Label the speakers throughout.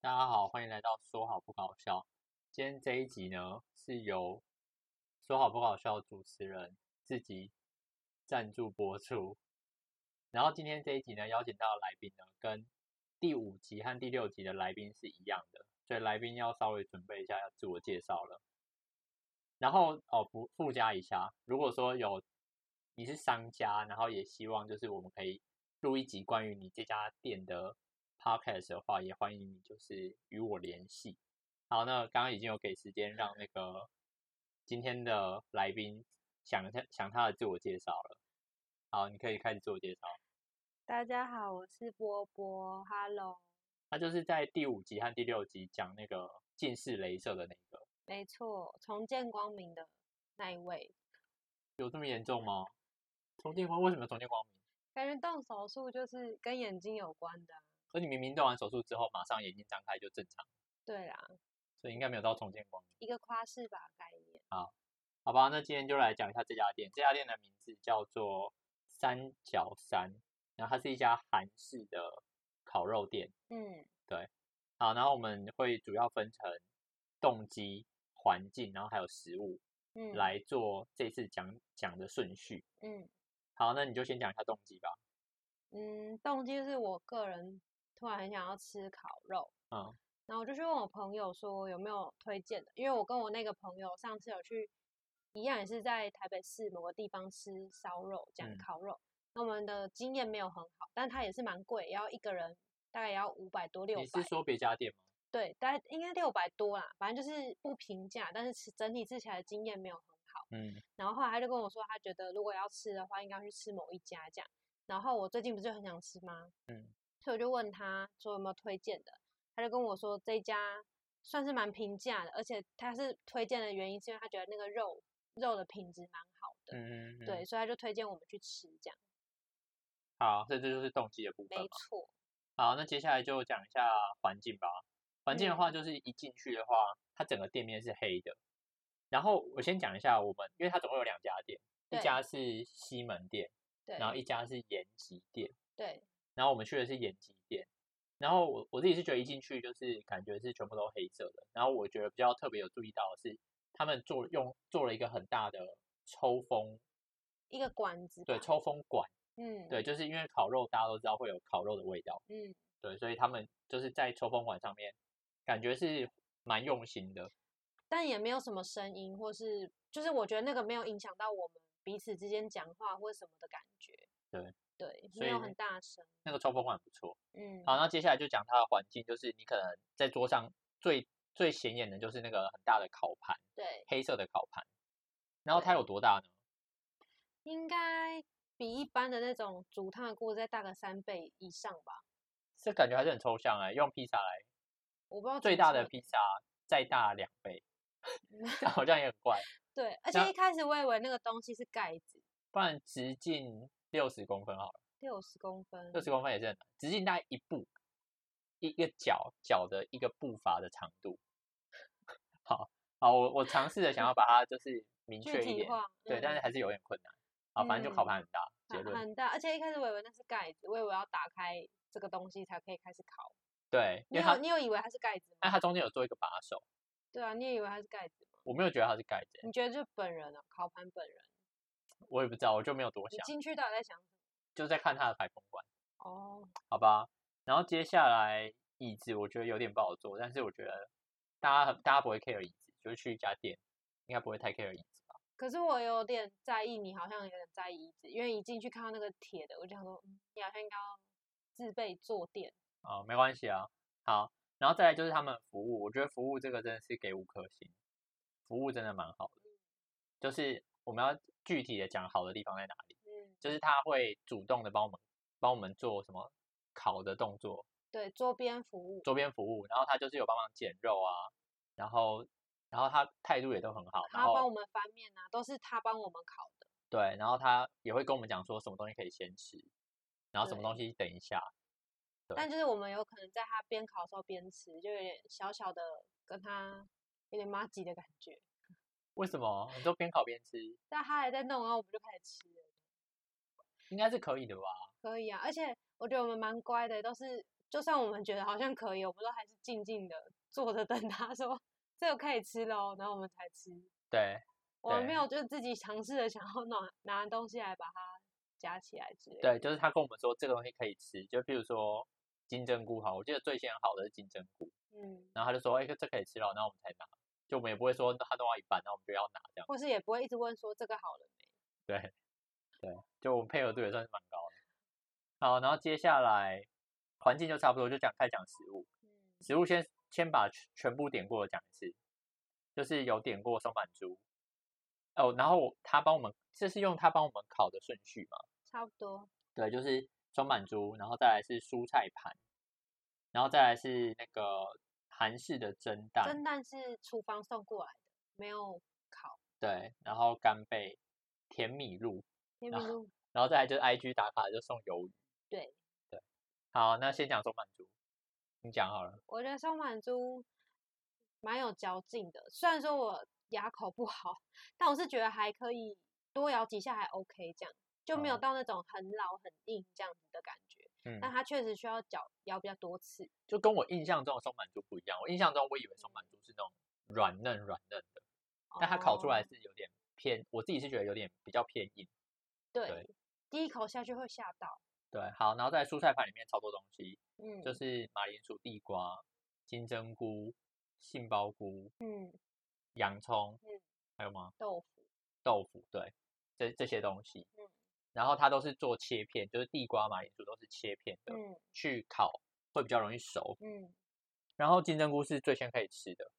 Speaker 1: 大家好，欢迎来到说好不搞笑。今天这一集呢，是由说好不搞笑主持人自己赞助播出。然后今天这一集呢，邀请到的来宾呢，跟第五集和第六集的来宾是一样的，所以来宾要稍微准备一下要自我介绍了。然后哦，不附加一下，如果说有你是商家，然后也希望就是我们可以录一集关于你这家店的 podcast 的话，也欢迎你就是与我联系。好，那刚刚已经有给时间让那个今天的来宾想他想他的自我介绍了。好，你可以开始自我介绍。
Speaker 2: 大家好，我是波波，Hello，
Speaker 1: 他就是在第五集和第六集讲那个近视雷射的那个，
Speaker 2: 没错，重见光明的那一位，
Speaker 1: 有这么严重吗？重见光为什么重见光明？
Speaker 2: 感觉动手术就是跟眼睛有关的啊。
Speaker 1: 可你明明动完手术之后，马上眼睛张开就正常，
Speaker 2: 对啦，
Speaker 1: 所以应该没有到重见光明。
Speaker 2: 一个夸饰法概念。
Speaker 1: 好吧，那今天就来讲一下这家店。这家店的名字叫做三角山，然后它是一家韩式的烤肉店。
Speaker 2: 嗯，
Speaker 1: 好，然后我们会主要分成动机、环境，然后还有食物
Speaker 2: 嗯，，
Speaker 1: 来做这次讲讲的顺序。
Speaker 2: 嗯
Speaker 1: 好，那你就先讲一下动机吧。
Speaker 2: 嗯，动机是我个人突然很想要吃烤肉，
Speaker 1: 嗯，
Speaker 2: 然后我就去问我朋友说有没有推荐的，因为我跟我那个朋友上次有去，一样也是在台北市某个地方吃烧肉，讲
Speaker 1: 嗯
Speaker 2: 烤肉，那我们的经验没有很好，但它也是蛮贵，要一个人大概也要五百多六百。
Speaker 1: 你是说别家店吗？
Speaker 2: 对，大概应该六百多啦，反正就是不平价，但是吃整体吃起来的经验没有很好。
Speaker 1: 嗯，
Speaker 2: 然后后来他就跟我说，他觉得如果要吃的话，应该去吃某一家这样。然后我最近不是很想吃吗？
Speaker 1: 嗯，
Speaker 2: 所以我就问他说有没有推荐的，他就跟我说这一家算是蛮平价的，而且他是推荐的原因是因为他觉得那个肉肉的品质蛮好
Speaker 1: 嗯，
Speaker 2: 的，
Speaker 1: 嗯，嗯
Speaker 2: 对，所以他就推荐我们去吃这样，
Speaker 1: 好，所以这就是动机的部分
Speaker 2: 没
Speaker 1: 嘛。
Speaker 2: 错，
Speaker 1: 好，那接下来就讲一下环境吧。环境的
Speaker 2: 嗯
Speaker 1: 话，就是一进去的话，它整个店面是黑的。然后我先讲一下我们，因为它总共有两家店，一
Speaker 2: 对
Speaker 1: 家是西门店，
Speaker 2: 对，
Speaker 1: 然后一家是延吉店。
Speaker 2: 对，
Speaker 1: 然后我们去的是延吉店。然后我我自己是觉得一进去就是感觉是全部都黑色的。然后我觉得比较特别有注意到的是，他们做用做了一个很大的抽风，
Speaker 2: 一个馆子
Speaker 1: 对，
Speaker 2: 吧，
Speaker 1: 抽风管，
Speaker 2: 嗯，
Speaker 1: 对，就是因为烤肉大家都知道会有烤肉的味道。
Speaker 2: 嗯，
Speaker 1: 对，所以他们就是在抽风管上面，感觉是蛮用心的。
Speaker 2: 但也没有什么声音，或是就是我觉得那个没有影响到我们彼此之间讲话或什么的感觉。
Speaker 1: 对
Speaker 2: 对，
Speaker 1: 所
Speaker 2: 没有
Speaker 1: 以
Speaker 2: 很大声。
Speaker 1: 那个抽风管不错。
Speaker 2: 嗯，
Speaker 1: 好，那接下来就讲它的环境，就是你可能在桌上最最显眼的就是那个很大的烤盘，
Speaker 2: 对，
Speaker 1: 黑色的烤盘。然后它有多大呢？
Speaker 2: 应该比一般的那种煮汤的锅再大个三倍以上吧。
Speaker 1: 这感觉还是很抽象哎、用披萨来，
Speaker 2: 我不知道
Speaker 1: 最
Speaker 2: 怎
Speaker 1: 大
Speaker 2: 么
Speaker 1: 的
Speaker 2: 测
Speaker 1: 披萨再大两倍， 这好像也很怪。
Speaker 2: 对，而
Speaker 1: 那
Speaker 2: 且一开始我以为那个东西是盖子，
Speaker 1: 不然直径六十公分好了，
Speaker 2: 六十公分，
Speaker 1: 六十公分也是很难，直径大概一步，一个脚脚的一个步伐的长度。 好好，我我尝试着想要把它就是明
Speaker 2: 具
Speaker 1: 确一
Speaker 2: 体
Speaker 1: 点，
Speaker 2: 化。
Speaker 1: 对，但是
Speaker 2: 嗯
Speaker 1: 还是有点困难。啊，反正就烤盘很大，结
Speaker 2: 很
Speaker 1: 论
Speaker 2: 很大，而且一开始我以为那是盖子，我以为要打开这个东西才可以开始烤。
Speaker 1: 对，因
Speaker 2: 你
Speaker 1: 为
Speaker 2: 有
Speaker 1: 它，
Speaker 2: 你有以为它是盖子
Speaker 1: 但
Speaker 2: 吗？
Speaker 1: 它中间有做一个把手，
Speaker 2: 对啊，你也以为它是盖子吗？
Speaker 1: 我没有觉得它是盖子，
Speaker 2: 你觉得就本人啊，烤盘本人，
Speaker 1: 我也不知道，我就没有多
Speaker 2: 你
Speaker 1: 想，
Speaker 2: 进去到底在想什么？
Speaker 1: 就在看它的排风管。
Speaker 2: 哦，
Speaker 1: 好吧。然后接下来椅子，我觉得有点不好坐，但是我觉得大家很大家不会 care 椅子，就是去一家店应该不会太 care 椅子吧。
Speaker 2: 可是我有点在意你，好像有点在意椅子，因为一进去看到那个铁的，我就想说，嗯，你好像应该要自备坐垫。
Speaker 1: 啊、没关系啊。好，然后再来就是他们的服务，我觉得服务这个真的是给五颗星，服务真的蛮好的。就是我们要具体的讲好的地方在哪里，
Speaker 2: 嗯，
Speaker 1: 就是他会主动的帮我们帮我们做什么烤的动作，
Speaker 2: 对，桌边服务，
Speaker 1: 周边服务，然后他就是有帮忙捡肉啊，然后然后他态度也都很好，然
Speaker 2: 他
Speaker 1: 后
Speaker 2: 帮我们翻面啊，都是他帮我们烤的。
Speaker 1: 对，然后他也会跟我们讲说什么东西可以先吃，然后什么东西等一下。
Speaker 2: 但就是我们有可能在他边烤的时候边吃，就有点小小的跟他有点妈吉的感觉。
Speaker 1: 为什么？你就边烤边吃，
Speaker 2: 但他还在弄，然后我们就开始吃了。
Speaker 1: 应该是可以的吧？
Speaker 2: 可以啊，而且我觉得我们蛮乖的，都是就算我们觉得好像可以，我们都还是静静的坐着等他说 这个可以吃喽，然后我们才吃。
Speaker 1: 对，
Speaker 2: 我们
Speaker 1: 对
Speaker 2: 没有就是自己尝试的想要拿 拿东西来把它夹起来之类的。
Speaker 1: 对，就是他跟我们说这个东西可以吃，就比如说金针菇好，我记得最先好的是金针菇，
Speaker 2: 嗯，
Speaker 1: 然后他就说，哎、这可以吃了，然后我们才拿，就我们也不会说他弄到一半，然后我们就要拿这样，
Speaker 2: 或是也不会一直问说这个好了没。
Speaker 1: 就我们配合度也算是蛮高的。好，然后接下来环境就差不多，就讲开始讲食物，
Speaker 2: 嗯
Speaker 1: 食物先先把全全部点过的讲一次，就是有点过松板猪，哦，然后我他帮我们，这是用他帮我们烤的顺序嘛？
Speaker 2: 差不多。
Speaker 1: 对，就是松板猪，然后再来是蔬菜盘，然后再来是那个韩式的蒸蛋，
Speaker 2: 蒸蛋是厨房送过来的，没有烤。
Speaker 1: 对，然后干贝、甜米露，
Speaker 2: 那
Speaker 1: 啊
Speaker 2: 边就
Speaker 1: 然后再来就是 IG 打卡就送鱿鱼。
Speaker 2: 对
Speaker 1: 对，好，那先讲松板猪，你讲好了。
Speaker 2: 我觉得松满猪蛮有嚼劲的，虽然说我牙口不好，但我是觉得还可以多咬几下还 OK，这样就没有
Speaker 1: 哦
Speaker 2: 到那种很老很硬这样子的感觉。
Speaker 1: 嗯，
Speaker 2: 但它确实需要嚼咬比较多次，
Speaker 1: 就跟我印象中的松板猪不一样，我印象中我以为松板猪是那种软嫩软嫩的，但它烤出来
Speaker 2: 哦
Speaker 1: 是有点偏，我自己是觉得有点比较偏硬。
Speaker 2: 对第一口下去会吓到。
Speaker 1: 对，好，然后在蔬菜盘里面超多东西，
Speaker 2: 嗯，
Speaker 1: 就是马铃薯、地瓜、金针菇、杏鲍菇、
Speaker 2: 嗯
Speaker 1: 洋葱，
Speaker 2: 嗯
Speaker 1: 还有吗？
Speaker 2: 豆腐，
Speaker 1: 豆腐，对，这这些东西，
Speaker 2: 嗯
Speaker 1: 然后它都是做切片，就是地瓜、马铃薯都是切片的，
Speaker 2: 嗯
Speaker 1: 去烤会比较容易熟。
Speaker 2: 嗯，
Speaker 1: 然后金针菇是最先可以吃的，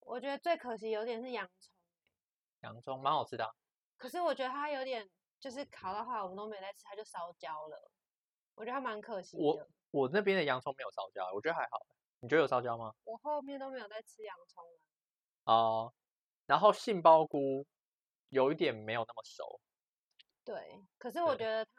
Speaker 2: 我觉得最可惜有点是洋葱，
Speaker 1: 洋葱蛮好吃的啊、
Speaker 2: 可是我觉得它有点就是烤到后来我们都没在吃，它就烧焦了，我觉得它蛮可惜
Speaker 1: 我
Speaker 2: 的。
Speaker 1: 我那边的洋葱没有烧焦，我觉得还好。你觉得有烧焦吗？
Speaker 2: 我后面都没有再吃洋葱了。
Speaker 1: 哦、然后杏鲍菇有一点没有那么熟，
Speaker 2: 对，可是我
Speaker 1: 对
Speaker 2: 觉得它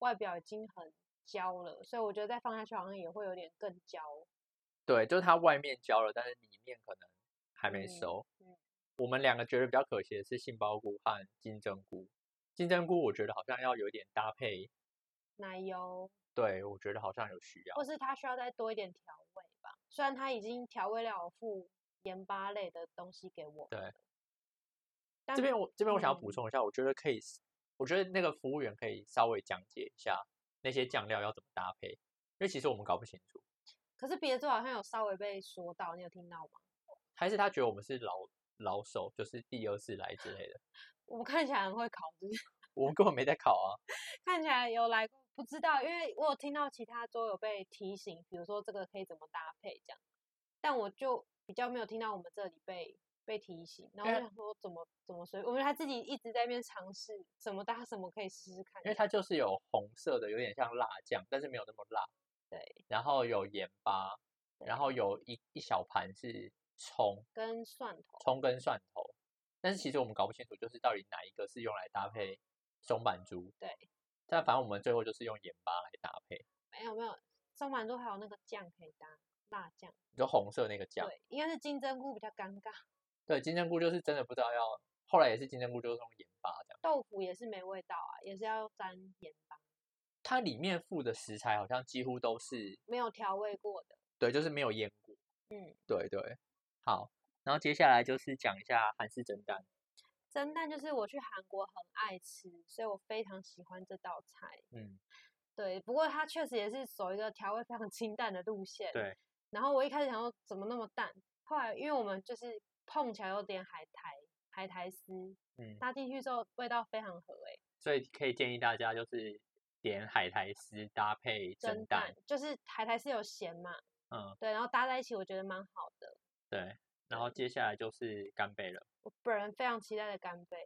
Speaker 2: 外表已经很焦了，所以我觉得再放下去好像也会有点更焦。
Speaker 1: 对，就是它外面焦了，但是里面可能还没
Speaker 2: 嗯
Speaker 1: 熟。
Speaker 2: 嗯
Speaker 1: 我们两个觉得比较可惜的是杏鲍菇和金针菇。金针菇我觉得好像要有一点搭配，
Speaker 2: 奶油，
Speaker 1: 对我觉得好像有需要。
Speaker 2: 或是它需要再多一点调味吧。虽然它已经调味料有附盐巴类的东西给我
Speaker 1: 对
Speaker 2: 们了，但
Speaker 1: 这边我这边我想要补
Speaker 2: 嗯
Speaker 1: 充一下，我觉得可以，我觉得那个服务员可以稍微讲解一下那些酱料要怎么搭配，因为其实我们搞不清楚，
Speaker 2: 可是别的桌好像有稍微被说到，你有听到吗？
Speaker 1: 还是他觉得我们是老老手，就是第二次来之类的，
Speaker 2: 我们看起来很会烤，就是
Speaker 1: 我们根本没在烤啊。
Speaker 2: 看起来有来过，不知道，因为我有听到其他桌有被提醒，比如说这个可以怎么搭配这样，但我就比较没有听到我们这里被被提醒，然后我
Speaker 1: 对啊
Speaker 2: 想说怎么怎么随，我们他自己一直在那边尝试怎么搭什么可以试试看
Speaker 1: 因为
Speaker 2: 这样，
Speaker 1: 它就是有红色的，有点像辣酱，但是没有那么辣。
Speaker 2: 对，
Speaker 1: 然后有盐巴，然后有一一小盘是葱，
Speaker 2: 跟蒜头，
Speaker 1: 葱跟蒜头。但是其实我们搞不清楚，就是到底哪一个是用来搭配松板猪。
Speaker 2: 对。
Speaker 1: 但反正我们最后就是用盐巴来搭配，
Speaker 2: 没有没有，松满桌还有那个酱可以搭辣酱，
Speaker 1: 就红色那个酱。
Speaker 2: 对，应该是金针菇比较尴尬，
Speaker 1: 对，金针菇就是真的不知道要，后来也是金针菇就是用盐巴这样。
Speaker 2: 豆腐也是没味道啊，也是要沾盐巴，
Speaker 1: 它里面附的食材好像几乎都是，
Speaker 2: 没有调味过的，
Speaker 1: 对，就是没有腌过。
Speaker 2: 嗯。
Speaker 1: 对对，好。然后接下来就是讲一下韩式蒸蛋。
Speaker 2: 蒸蛋就是我去韩国很爱吃，所以我非常喜欢这道菜。
Speaker 1: 嗯，
Speaker 2: 对，不过它确实也是走一个调味非常清淡的路线。
Speaker 1: 对。
Speaker 2: 然后我一开始想说怎么那么淡，后来因为我们就是碰巧有点海苔海苔丝，
Speaker 1: 嗯，
Speaker 2: 搭进去之后味道非常合欸诶、
Speaker 1: 所以可以建议大家就是点海苔丝搭配蒸
Speaker 2: 蒸
Speaker 1: 蛋，
Speaker 2: 就是海苔丝有咸嘛，
Speaker 1: 嗯，
Speaker 2: 对，然后搭在一起我觉得蛮好的。
Speaker 1: 对。然后接下来就是干贝 了，
Speaker 2: 我本人非常期待的干 贝，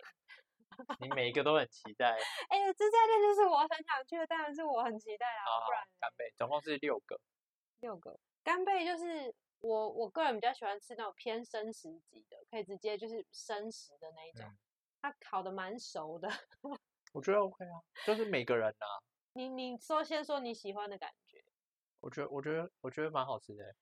Speaker 1: 你每一个都很期待。
Speaker 2: 哎，这家店就是我很想去的，当然是我很期待啦，
Speaker 1: 好好
Speaker 2: 不然
Speaker 1: 好，
Speaker 2: 嘞
Speaker 1: 干贝总共是六个，
Speaker 2: 六个干贝就是我我个人比较喜欢吃那种偏生食级的，可以直接就是生食的那一种，
Speaker 1: 嗯
Speaker 2: 它烤的蛮熟的。
Speaker 1: 我觉得 OK 啊，就是每个人呐、
Speaker 2: 你你说先说你喜欢的感觉，
Speaker 1: 我觉得我觉得我觉得蛮好吃的 欸，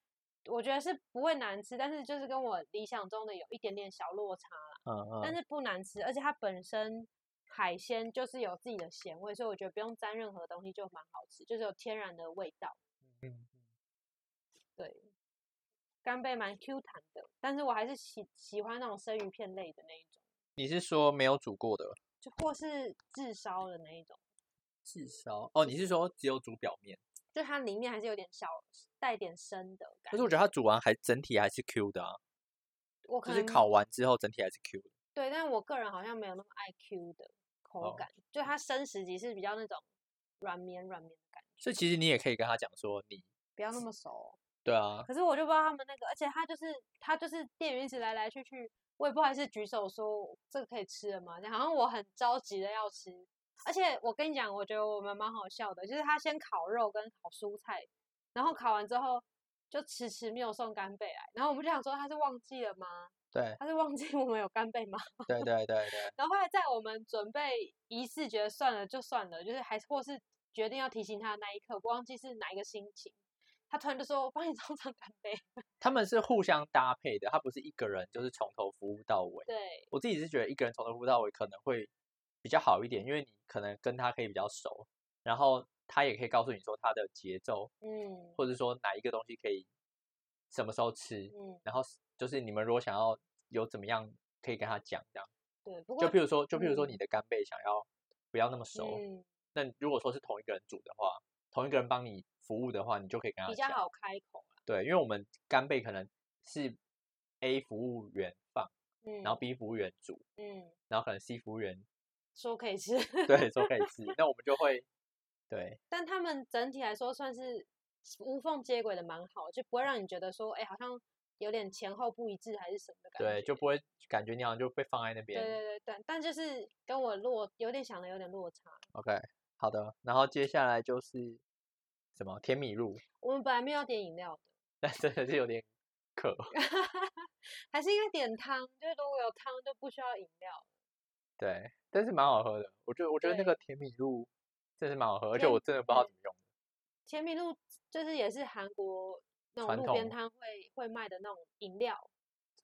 Speaker 2: 我觉得是不会难吃，但是就是跟我理想中的有一点点小落差啦，
Speaker 1: 嗯
Speaker 2: 但
Speaker 1: 嗯，
Speaker 2: 是不难吃，而且它本身。海鲜就是有自己的咸味，所以我觉得不用沾任何东西就蛮好吃，就是有天然的味道。
Speaker 1: 嗯，
Speaker 2: 对，干贝蛮 Q 弹的，但是我还是喜喜欢那种生鱼片类的那一种，
Speaker 1: 你是说没有煮过的
Speaker 2: 就或是炙烧的那一种，
Speaker 1: 炙烧？哦，你是说只有煮表面？
Speaker 2: 就它里面还是有点小带点生的感
Speaker 1: 可是我觉得它煮完还整体还是 Q 的啊，
Speaker 2: 我可
Speaker 1: 就
Speaker 2: 能
Speaker 1: 是烤完之后整体还是 Q 的。
Speaker 2: 对，但我个人好像没有那么爱 Q 的口
Speaker 1: 哦
Speaker 2: 感，就它生食级是比较那种软绵软绵的感觉，
Speaker 1: 所以其实你也可以跟他讲说你，
Speaker 2: 不要那么熟哦、
Speaker 1: 对啊，
Speaker 2: 可是我就不知道他们那个，而且他就是他就是店员一直来来去去，我也不好意思举手说这个可以吃了吗？好像我很着急的要吃，而且我跟你讲，我觉得我们蛮好笑的，就是他先烤肉跟烤蔬菜，然后烤完之后就迟迟没有送干贝来，然后我们就想说他是忘记了吗？
Speaker 1: 对
Speaker 2: 他是忘记我们有干贝吗？
Speaker 1: 对对对对，
Speaker 2: 然后后来在我们准备仪式，觉得算了就算了，就是还是或是决定要提醒他的那一刻，我忘记是哪一个心情，他突然就说：“我帮你送上干杯。
Speaker 1: 他们是互相搭配的，他不是一个人就是从头服务到尾”。
Speaker 2: 对
Speaker 1: 我自己是觉得一个人从头服务到尾可能会比较好一点，因为你可能跟他可以比较熟，然后他也可以告诉你说他的节奏，
Speaker 2: 嗯
Speaker 1: 或者说哪一个东西可以什么时候吃，
Speaker 2: 嗯，
Speaker 1: 然后是就是你们如果想要有怎么样可以跟他讲这样。
Speaker 2: 对。不过
Speaker 1: 就譬如说，就譬如说
Speaker 2: 嗯
Speaker 1: 你的干贝想要不要那么熟，
Speaker 2: 嗯
Speaker 1: 那如果说是同一个人煮的话，同一个人帮你服务的话，你就可以跟他
Speaker 2: 比较
Speaker 1: 讲
Speaker 2: 好开口了。
Speaker 1: 对，因为我们干贝可能是 A 服务员放，
Speaker 2: 嗯，
Speaker 1: 然后 B 服务员煮，
Speaker 2: 嗯
Speaker 1: 然后可能 C 服务员
Speaker 2: 说可以吃，
Speaker 1: 对说可以吃，那我们就会对
Speaker 2: 但他们整体来说算是无缝接轨的蛮好，就不会让你觉得说，哎、好像有点前后不一致还是什么的感觉。
Speaker 1: 对就不会感觉你好像就被放在那
Speaker 2: 对
Speaker 1: 边。
Speaker 2: 对对，但但就是跟我落有点想的有点落差。
Speaker 1: OK，好的，然后接下来就是什么甜米露，
Speaker 2: 我们本来没有要点饮料的，
Speaker 1: 但真的是有点渴。
Speaker 2: 还是应该点汤，就是如果有汤就不需要饮料。
Speaker 1: 对，但是蛮好喝的。我觉得，我觉得那
Speaker 2: 对
Speaker 1: 个甜米露真是蛮好喝，而且
Speaker 2: 甜
Speaker 1: 我真的不知道
Speaker 2: 嗯
Speaker 1: 怎么用。
Speaker 2: 甜米露就是也是韩国那种
Speaker 1: 传
Speaker 2: 路边
Speaker 1: 统
Speaker 2: 摊会会卖的那种饮料，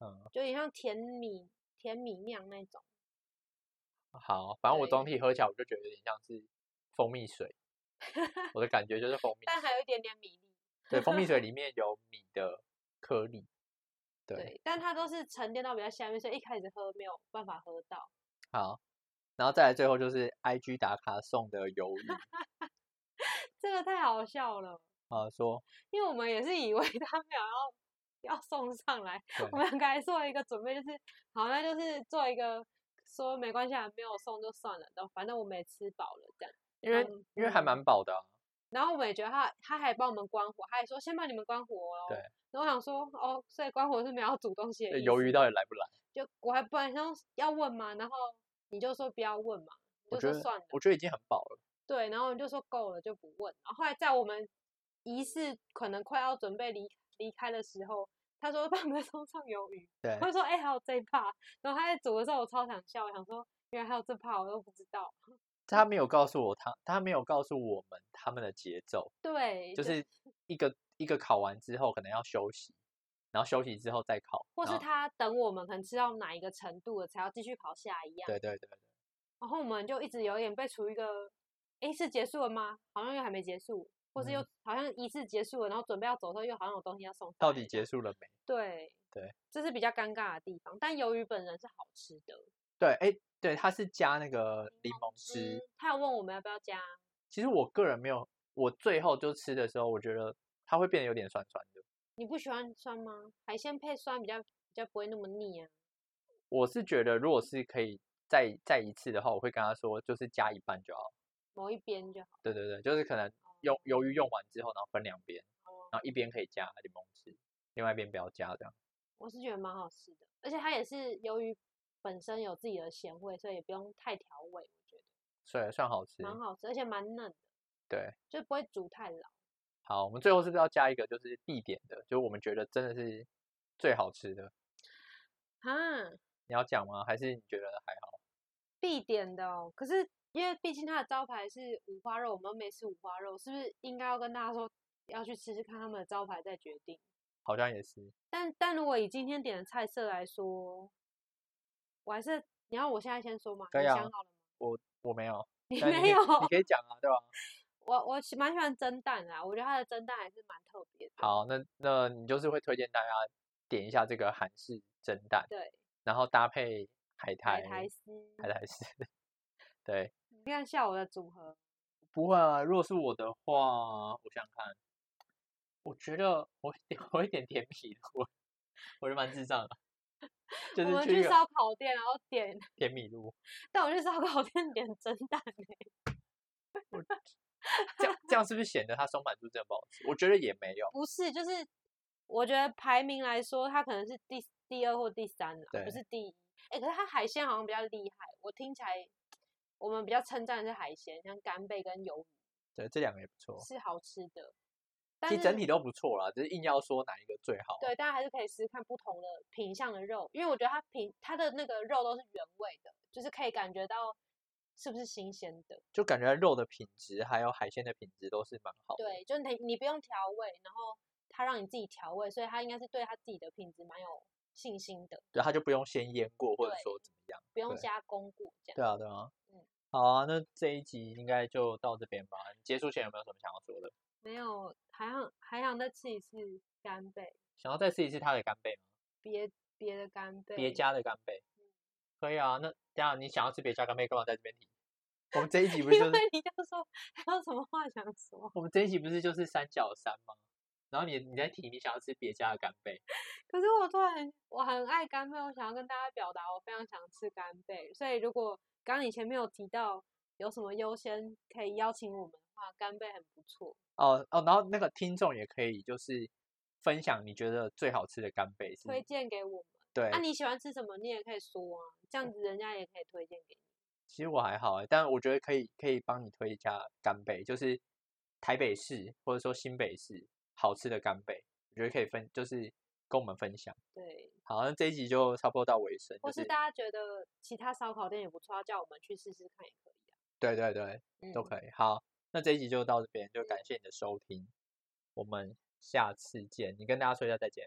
Speaker 1: 嗯，
Speaker 2: 就有点像甜米甜米酿那种。
Speaker 1: 好，反正我
Speaker 2: 对
Speaker 1: 总体喝起来，我就觉得有点像是蜂蜜水，我的感觉就是蜂蜜
Speaker 2: 但还
Speaker 1: 水
Speaker 2: 有一点点米粒。
Speaker 1: 对，蜂蜜水里面有米的颗粒。对，
Speaker 2: 对，但它都是沉淀到比较下面，所以一开始喝没有办法喝到。
Speaker 1: 好，然后再来最后就是 I G 打卡送的鱿 鱼
Speaker 2: 这个太好笑了，
Speaker 1: 啊，说
Speaker 2: 因为我们也是以为他们有要要送上来，
Speaker 1: 对
Speaker 2: 我们两个还做了一个准备，就是好，那就是做一个说没关系，啊，没有送就算了，然后反正我们也吃饱了这样。
Speaker 1: 因为
Speaker 2: 嗯
Speaker 1: 因为还
Speaker 2: 嗯
Speaker 1: 蛮饱的啊，
Speaker 2: 然后我们也觉得他他还帮我们关火，他还说先帮你们关火哦。
Speaker 1: 对。
Speaker 2: 然后我想说哦，所以关火是没有要煮东西
Speaker 1: 这
Speaker 2: 的意
Speaker 1: 鱿
Speaker 2: 思
Speaker 1: 鱼到底来不来？
Speaker 2: 就我还本来想要问嘛，然后你就说不要问嘛，你
Speaker 1: 我觉
Speaker 2: 就说
Speaker 1: 得
Speaker 2: 算了。
Speaker 1: 我觉得已经很饱了。
Speaker 2: 对，然后你就说够了就不问。然后后来在我们仪式可能快要准备离离开的时候，他说帮我们送上鱿鱼，
Speaker 1: 对
Speaker 2: 我，就说哎、还有这一趴。然后他在煮的时候我超想笑，我想说原来还有这趴我都不知道。
Speaker 1: 他没有告诉我他他没有告诉我们他们的节奏。
Speaker 2: 对，
Speaker 1: 就是一个一个考完之后可能要休息，然后休息之后再考，
Speaker 2: 或
Speaker 1: 然
Speaker 2: 是
Speaker 1: 后
Speaker 2: 他等我们可能吃到哪一个程度了才要继续考下一样。
Speaker 1: 对对对，
Speaker 2: 然后我们就一直有点被处于一个，诶，是结束了吗？好像又还没结束，或是又
Speaker 1: 嗯
Speaker 2: 好像仪式结束了，然后准备要走的时候，又好像有东西要送上来。
Speaker 1: 到底结束了没？
Speaker 2: 对
Speaker 1: 对，
Speaker 2: 这是比较尴尬的地方。但鱿鱼本人是好吃的，
Speaker 1: 对，哎，对，它是加那个柠檬
Speaker 2: 嗯
Speaker 1: 汁。，
Speaker 2: 他有问我们要不要加，
Speaker 1: 其实我个人没有，我最后就吃的时候，我觉得它会变得有点酸酸的。
Speaker 2: 你不喜欢酸吗？海鲜配酸比较比较不会那么腻啊。
Speaker 1: 我是觉得如果是可以再再一次的话，我会跟他说就是加一半就好。
Speaker 2: 某一边就好
Speaker 1: 对对对，就是可能用由于用完之后，然后分两边，然后一边可以加柠檬汁，另外一边不要加这样。
Speaker 2: 我是觉得蛮好吃的，而且它也是由于本身有自己的咸味，所以也不用太调味，我觉得
Speaker 1: 所以算好吃。
Speaker 2: 蛮好吃，而且蛮嫩的，
Speaker 1: 对，
Speaker 2: 就不会煮太老。
Speaker 1: 好，我们最后是不是要加一个就是必点的，就是我们觉得真的是最好吃的？
Speaker 2: 啊，
Speaker 1: 你要讲吗？还是你觉得还好？
Speaker 2: 必点的哦。可是因为毕竟它的招牌是五花肉，我们又没吃五花肉，是不是应该要跟大家说要去吃吃看他们的招牌再决定？
Speaker 1: 好像也是，
Speaker 2: 但但如果以今天点的菜色来说，我还是你要我现在先说吗？
Speaker 1: 可以
Speaker 2: 你
Speaker 1: 啊
Speaker 2: 想好了吗？
Speaker 1: 我我没有，
Speaker 2: 你
Speaker 1: 但
Speaker 2: 没
Speaker 1: 你
Speaker 2: 有
Speaker 1: 可以，你可以讲啊，对吧？
Speaker 2: 我我喜蛮喜欢蒸蛋啦，我觉得它的蒸蛋还是蛮特别的。，
Speaker 1: 好，那那你就是会推荐大家点一下这个韩式蒸蛋，
Speaker 2: 对，
Speaker 1: 然后搭配海
Speaker 2: 海
Speaker 1: 苔，
Speaker 2: 苔丝，
Speaker 1: 海苔丝， 对，
Speaker 2: 你看下午的组合，
Speaker 1: 不会啊。如果是我的话，我想想看，我觉得我会点 我会点甜品，我 我是蛮智障的，就
Speaker 2: 我
Speaker 1: 是
Speaker 2: 们
Speaker 1: 去一
Speaker 2: 去
Speaker 1: 个
Speaker 2: 烧烤店，然后点，
Speaker 1: 甜米露，
Speaker 2: 但我去烧烤店点蒸蛋欸、
Speaker 1: 这样这样是不是显得它松板猪真的不好吃？我觉得也没有，
Speaker 2: 不是，就是我觉得排名来说，它可能是第第二或第三啦，不
Speaker 1: 对
Speaker 2: 是第一。哎、可是它海鲜好像比较厉害，我听起来我们比较称赞的是海鲜，像干贝跟鱿鱼
Speaker 1: 对，这两个也不错，
Speaker 2: 是好吃的，但
Speaker 1: 哦其
Speaker 2: 是
Speaker 1: 实整体都不错啦，只是硬要说哪一个最好，
Speaker 2: 对，大家还是可以试试看不同的品相的肉，因为我觉得它品它的那个肉都是原味的，就是可以感觉到是不是新鲜的。
Speaker 1: 就感觉肉的品质还有海鲜的品质都是蛮好的。
Speaker 2: 对，就是你你不用调味，然后他让你自己调味，所以他应该是对他自己的品质蛮有信心的，
Speaker 1: 对，它就不用先腌过，或者
Speaker 2: 对
Speaker 1: 说怎么样。
Speaker 2: 不用
Speaker 1: 对
Speaker 2: 加工过这样。
Speaker 1: 对啊，对啊。
Speaker 2: 嗯
Speaker 1: 好啊，那这一集应该就到这边吧。你结束前有没有什么想要说的？
Speaker 2: 没有，还想还想再吃一次干贝，
Speaker 1: 想要再试一次它的干贝吗？
Speaker 2: 别别的干贝，
Speaker 1: 别家的干贝，
Speaker 2: 嗯
Speaker 1: 可以啊。那这样你想要吃别家干贝，干嘛在这边提？我们这一集
Speaker 2: 因
Speaker 1: 不是就是
Speaker 2: 为你就说还有什么话想说？
Speaker 1: 我们这一集不是就是三角山吗？然后你你在提你想要吃别家的干贝，
Speaker 2: 可是我突然我很爱干贝，我想要跟大家表达我非常想吃干贝，所以如果刚刚你前面有提到有什么优先可以邀请我们的话，干贝很不错。
Speaker 1: 哦哦，然后那个听众也可以就是分享你觉得最好吃的干贝是，
Speaker 2: 推啊荐给我们。
Speaker 1: 嗯对
Speaker 2: 那、，你喜欢吃什么，你也可以说啊，这样子人家也可以推荐给你。
Speaker 1: 其实我还好欸，但我觉得可以可以帮你推一家干贝，就是台北市或者说新北市好吃的干贝，我觉得可以分就是跟我们分享。
Speaker 2: 对，
Speaker 1: 好，那这一集就差不多到尾声，
Speaker 2: 或
Speaker 1: 就是
Speaker 2: 大家觉得其他烧烤店也不错，叫我们去试试看也可以啊。
Speaker 1: 对对对
Speaker 2: 嗯，
Speaker 1: 都可以。好，那这一集就到这边，就感谢你的收听，我们下次见。你跟大家说一下再见，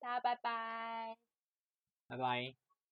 Speaker 2: 大家拜拜。
Speaker 1: 拜拜。